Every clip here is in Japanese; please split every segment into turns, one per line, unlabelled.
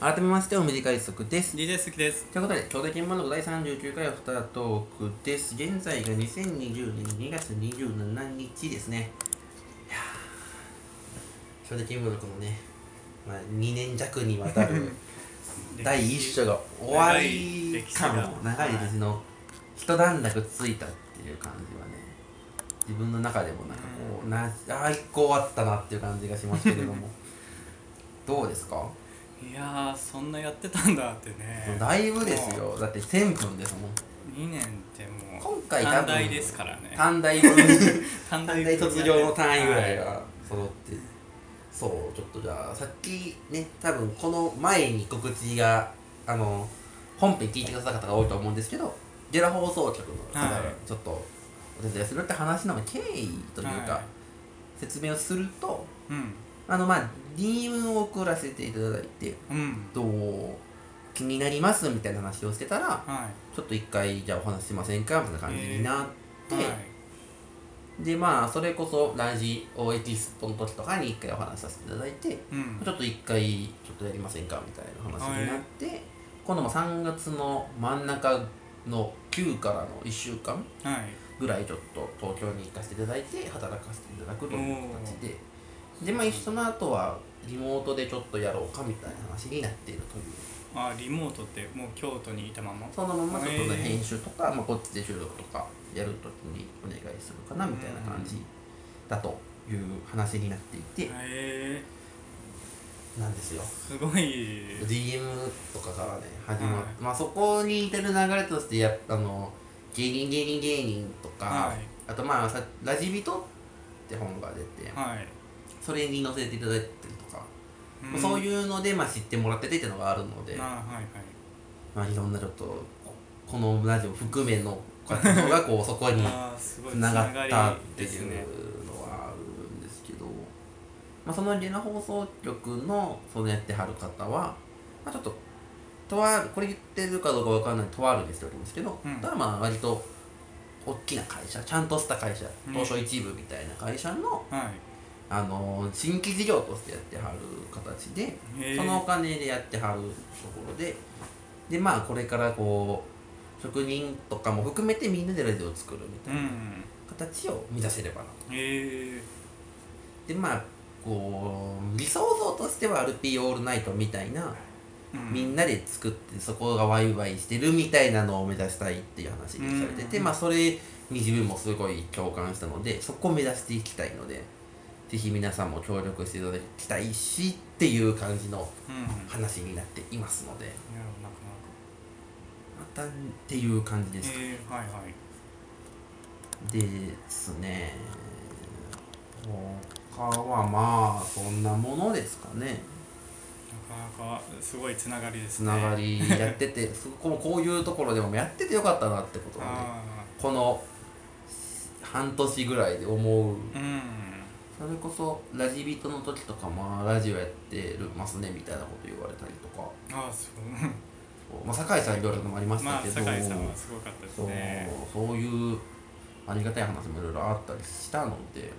改めましておめでかい速ですと
DJ 鈴木です
いうことで兄弟鍵盤の第39回アフタートークです現在が2020年2月27日ですねいやー兄弟鍵盤のこのね、まあ、2年弱にわたる第一章が終わりかも長
長
い
い
歴
歴
史
史
の一段落ついたっていう感じはね自分の中でもなんかこうなああ一個終わったなっていう感じがしますけれどもどうですか
いやーそんなやってたんだってね
だいぶですよだって1000分ですもん
2年ってもう
今回多分
短大ですからね
短大 分
短
短大卒業の単位ぐらい
は
が揃ってそうちょっとじゃあさっきね多分この前に告知があの本編聞いてくださった方が多いと思うんですけどゲラ放送局の方が
はい
ちょっとお手伝いするって話の経緯というか、
は
説明をすると
うん
あのまあ DM を送らせていただいて
うん
どう気になりますみたいな話をしてたら
は
ちょっと一回じゃあお話ししませんかみたいな感じになって、
いはい
でまあそれこそラジオエキスポの時とかに一回お話しさせていただいて、
うん
ちょっと一回ちょっとやりませんかみたいな話になって、今度も3月の真ん中の9からの1週間
はい
ぐらいちょっと東京に行かせていただいて働かせていただくという形ででまあその後はリモートでちょっとやろうかみたいな話になっているという
あーリモートってもう京都にいたまま
そのままちょっとね
へー
編集とか、まあ、こっちで収録とかやるときにお願いするかなみたいな感じだという話になっていて、
へえ
なんですよ
すごい
DM とかからね始まって、
は
まあそこに至る流れとしてやっぱあの芸人芸人芸人とか、
はい
あとまあさ「ラジビト」って本が出て、
はい
それに載せていただいたりとか、まあ
ん
そういうので、まあ、知ってもらっててっていうのがあるので、
あーはいはい
まあ、いろんなちょっとここのラジオ含めの活動がこうそこに。
あーすごい
つなが
つ
ったっていうのはあるんですけど、まあ、そのゲナ放送局のそのやってはる方は、まあ、ちょっととあるこれ言ってるかどうかわかんないとあるんですけど、
うん
ただまあ割と大きな会社ちゃんとした会社
うん
東証一部みたいな会社の、
はい
あの新規事業としてやってはる形で
へー
そのお金でやってはるところででまあこれからこう職人とかも含めてみんなでラジオを作るみた
う
いな。
ん
形を目指せればなと
へえ
でまあこう理想像としては RP オールナイトみたいな、みんなで作ってそこがワイワイしてるみたいなのを目指したいっていう話がされてて、
うん
まあそれに自分もすごい共感したのでそこを目指していきたいのでぜひ皆さんも協力していただきたいしっていう感じの
うんうん
話になっていますので
いやなか
またっていう感じ
な
で
か
すか、
えー、はいはい
ですね他はまあそんなものですかね
なかなかすごいつながりです
つ
ね
ながりやってて、 すごこうこういうところでもやっててよかったなってことはね
あ
この半年ぐらいで思う
あうん
それこそラジビトの時とかまあラジオやってるますねみたいなこと言われたりとか、
ああそう
まあ、酒井さんいろいろのもありまし
ま
た
あ
けど、
酒井さんはすごかったです
そう
ね
そういうありがたい話もいろいろあったりしたので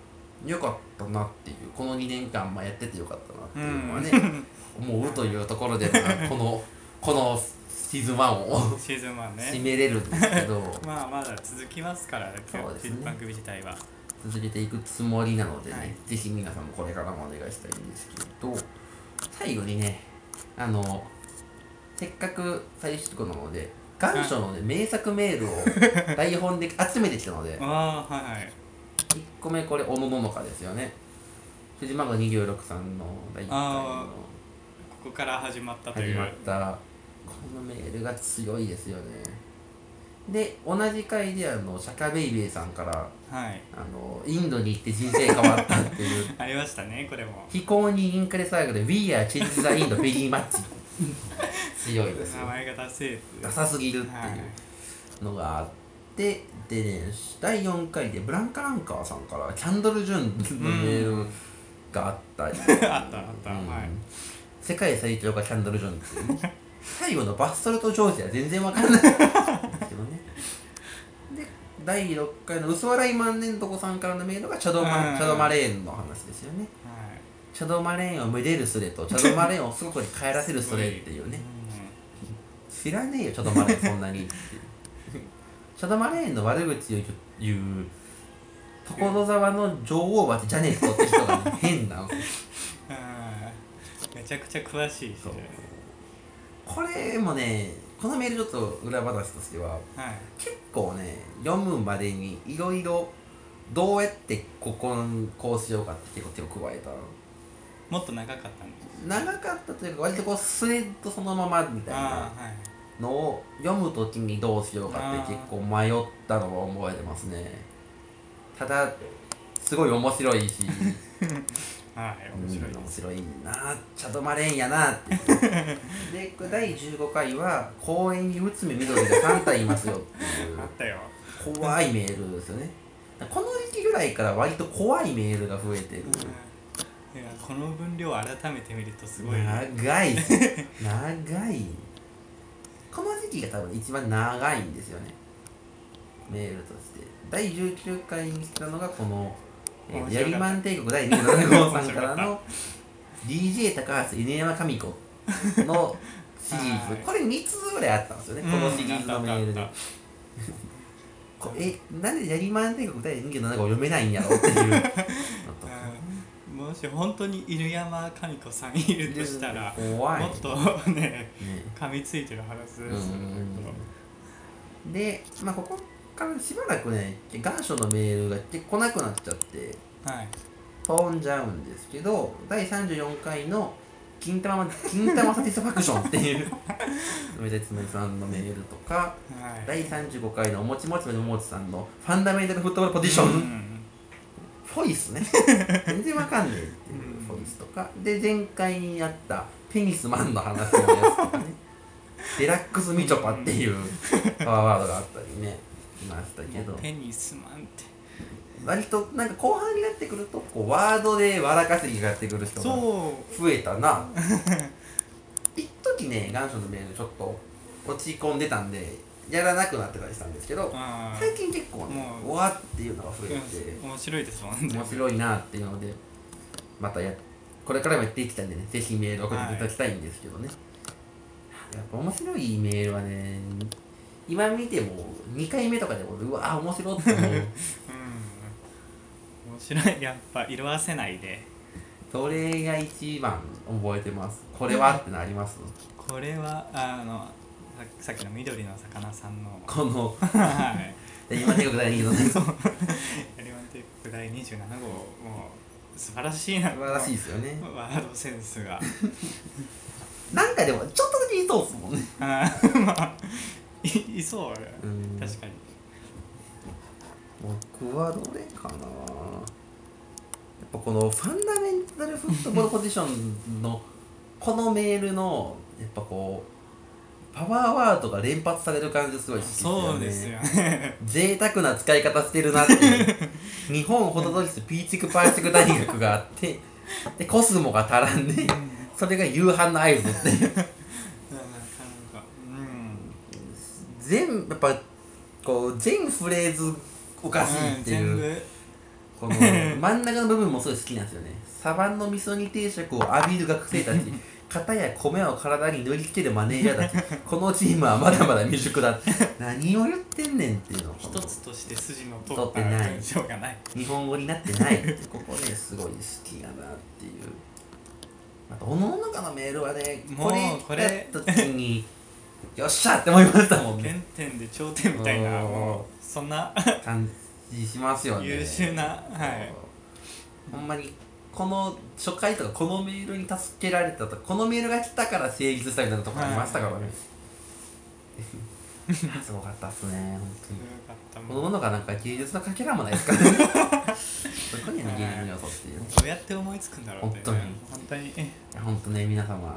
よかったなっていうこの2年間まあやっててよかったなっていうのはね、思うというところで、まあこのこのシーズン1を。
シーズン1
締
ね
めれるんですけ ど
まあまだ続きますから
そうですね
番組自体は
続けていくつもりなのでね、
はい
ぜひ皆さんもこれからもお願いしたいんですけど最後にねあのせっかく最終なので願書のね名作メール を台本で集めてきたので
ああはいはい
1個目これおのののかですよね藤間が26さんの第1回
あ
の
ここから始まったとい
始
う
まったこのメールが強いですよねで同じ回であのシャカベイベーさんから
はい
あのインドに行って人生変わったっていう
ありましたねこれも
非公認インカレサークルで We are Change the Indo フェリーマッチ強いですよ
名前が出せ
ダサすぎるってい
は
うのがあってでね第4回でブランカ・ランカーさんからキャンドル・ジュンのメールがあったり、
い あったあった
うん
はい
世界最長がキャンドル・ジョンって いうね最後のバストルとジョージは全然わからないですけどねで第6回の「嘘笑い万年とこさんからのメールがチャドマ
うん
チャドマレーンの話ですよね
は
シャドーマレーンをめでるスレとシャドーマレーンをすごくに帰らせるスレっていうね知らねえよシャドーマレーンそんなにシャドーマレーンの悪口を言う所沢の女王はジャネットって人がね、変なの
うんあーめちゃくちゃ詳しい人
そう
じ
これもねこのメールちょっと裏話としては
ゃないはい
結構ね読むまでにいろいろどうやってこここうしようかって結構手を加えた
もっと長かったんです
長かったというか割とこうスレッドそのままみたい
あ
な
あはい
のを読む時にどうしようかって結構迷ったのは覚えてますねただすごい面白いし
はい、
うん
面白いで
面
す。
白いなチャドマレンやなってで第15回は「公園につ目みどりが3体いますよ」っていう
あったよ。
怖いメールですよねこの時期ぐらいから割と怖いメールが増えてる、
いや、この分量改めて見るとすごい。
長 い長いこの時期が多分一番長いんですよねメールとして第19回にしたのがこの「え
面白かっ
ー
た
ヤリマン帝国第27号さんからの DJ 高橋犬山神子のシリーズ
はい
これ3つぐらいあったんですよねこのシリーズのメール
うん
で
あっ。
こえなんでヤリマン帝国第27号読めないんやろっていうのと
た
か
あったうんもし本当に犬山神子さんいるとしたら、
怖い
もっとね、
ね
噛みついてる話ですよね。
で、まあ、ここからしばらくね願書のメールが来なくなっちゃって
はい。
飛んじゃうんですけど第34回の金玉「金玉サティスファクション」っていう梅田つめさんのメールとか
はい。
第35回のおもちもちのももちさんの「ファンダメンタルフットボールポジション」
ン。
フォイスね全然わかんねえっていうフォイスとかで前回にあったペニスマンの話のやつとかねデラックスみちょぱっていうパワーワードがあったりねいましたけ
も
ど
うペニスマンって。
割となんか後半になってくるとこうワードで笑かせにがやってくる人が
そ
増えたな一時ね願書のメールちょっと落ち込んでたんでやらなくなってたりしたんですけど
う。あ
最近結構ね「
も
わ」っていうのが増えて。
あ。面白いですもんね
面。白いなっていうのでまたやこれからもやっていきたいんでねぜひメール送っていただきたいんですけどね、やっぱ面白いメールはね今見ても2回目とかでもうわー面白いって 思う
うん。面白い。やっぱ色あせないで。
それが一番覚えてますこれはってなります
これはあのささっきの緑の魚さんの
この
はい
今帝国第2のね素
「エレマンテープ第27号」もう素晴らしいな
晴らしいですよね
ワードセンスが
なんかでもちょっとだけ言いそうっすもんね
あーまあいいそ
う
う
ん
確かに
僕はどれかなやっぱこのファンダメンタルフットボールポジションのこのメールのやっぱこうパワーワードが連発される感じがすごい好きですよね
そうですよね
贅沢な使い方してるなっていう 日本ほどドイツピーチクパーチク大学があってでコスモが足らんでそれが夕飯の合図っていう
なかなかうん
全やっぱこう全フレーズおかしいっていう、
うん全部
この 真ん中の部分もすごい好きなんですよねサバンの味噌煮定食を浴びる学生た ち片や米を体に塗りつけるマネージャーたちこのチームはまだまだ未熟だ何を言ってんねんっていうのこ
一
の
つとして筋の通っ
通って
た
ない
文章がない
日本語になってないって ここねすごい好きだなっていうあとおのおのかのメールはね
もうこれ
やった時によっしゃって思いましたもん
原
ね
点で頂点みたいな
おー
もうそんな
感じしますよね
優秀なはい
ほんまにこの初回とかこのメールに助けられたとかこのメールが来たから成立したみたいなとこありましたからね、 すごかったっすね本当
強
に
かった
こ
も
の
ん
ものがなんか芸術のかけらもないですから ねそこには芸術の要素っていうね
どうやって思いつくんだろうって
本当に
本当に
本当ね皆様もう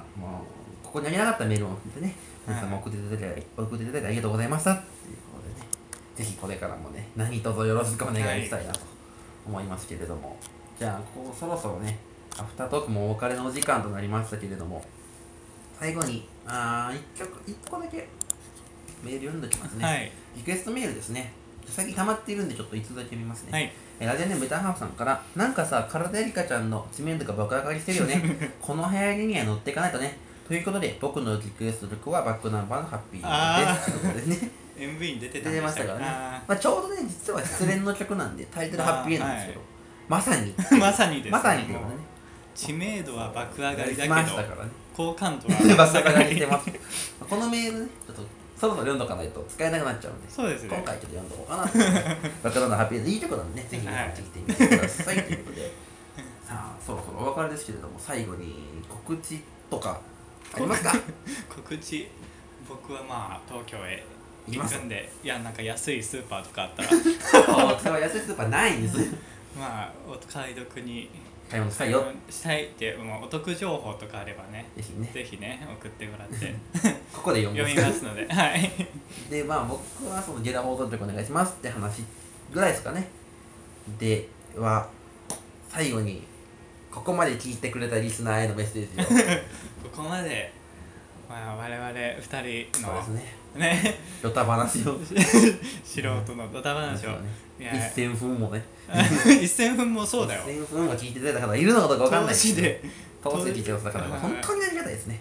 ここにありなかったメールを送ってね皆様
はい
送っていただいて送っていただいてありがとうございましたっていうことでねぜひこれからもね何卒よろしくお願いしたいなと思いますけれども、じゃあここそろそろねアフタートークもお別れのお時間となりましたけれども最後にあー1曲1個だけメール読んでおきますね、
はい
リクエストメールですね最近溜まっているんでちょっと一つだけ見ますね、
はい
えーラジオネームベターハーフさんからなんかさ体エリカちゃんの知名度が爆上がりしてるよね この流行りには乗っていかないとねということで僕のリクエスト曲はバックナンバーのハッピーですということでね
MV に出て
出
たん
て
で
ま
し
したた
っけ
からね
あ
まあ、ちょうどね実は失恋の曲なんでタイトルハッピーエンドなんですけど、
あ
まさに
ーまさにですね
まさにっていう
も
ね
う知名度は爆上がりだけ
来
ど
ましたからね
好感度
バ
は
ッ上がりしてますこのメールねちょっとそろそろ読んどかないと使えなくなっちゃうんで
そうですね
今回ちょっと読んどこうかなと思ってバックナンバーのハッピーエンドいいとこなんでねぜひ皆さんチェックしてみてくださいということでさあそろそろお別れですけれども最後に告知とかありますか
告知僕はまあ東京へ
いき
行
ま
く
す
んでいやなんか安いスーパーとか あったら
東京は安いスーパーないんです
まあお買い得に
買い物したいよ
したいってもうお得情報とかあればね
ぜひね
ぜひね送ってもらって
ここで読
読
み
み
ま
ます すのではい
でまあ僕はそのゲラ放送局お願いしますって話ぐらいですかねでは最後にここまで聞いてくれたリスナーへのメッセージをそう
ここまで、まあ、我々2人
です
の
ね
ね
ヨタ話を
素人のドタ話を、いや
1000分もね
1000分もそうだよ
1000分も聞いていただいた方いるのかどうかわかんない
投資で
通して聞いてくださった方
はい
本当にありがたいですね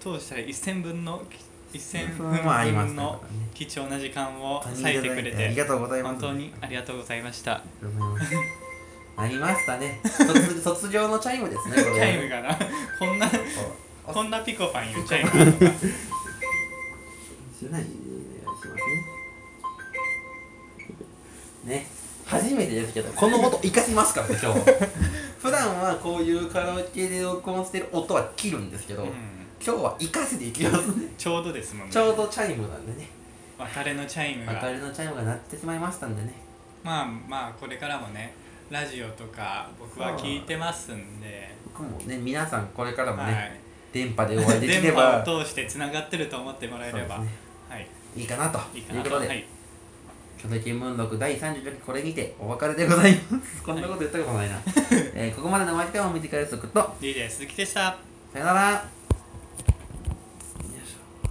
通したら1000分の1000
1000分もあります
分の貴重な時間を割いてくれ
ありが
て
とうございます
本当にありがとうございました
ありがとうございますありましたね卒 卒業のチャイムですねこ
チ
れ
ャイムがなこんな
お
こんなピコパン言っちゃいます
しないようにお願いしますね。ね、初めてですけど、この音活かしますからね、今日。 普段はこういうカラオケで録音してる音は切るんですけど、
うん
今日は活かしていきますね。
ちょうどですもんね
ちょうどチャイムなんでね、
別れのチャイム
明か
が
りのチャイムが鳴ってしまいましたんでね。
まあまあこれからもねラジオとか僕は聞いてますんで、
僕もね、皆さんこれからもね、
はい
電波でお会いできれ
電
ば、
波を通してつながってると思ってもらえ
そう
れ
です
ば、
ね
はい
いいかなと
いいか
い
な
うことで、
はい、
巨大見聞録第36期これにてお別れでござい ます。こんなこと言ったことないな。えーここまでのお相手はお見てかれそくと、
DJ 鈴木でした
さよなら。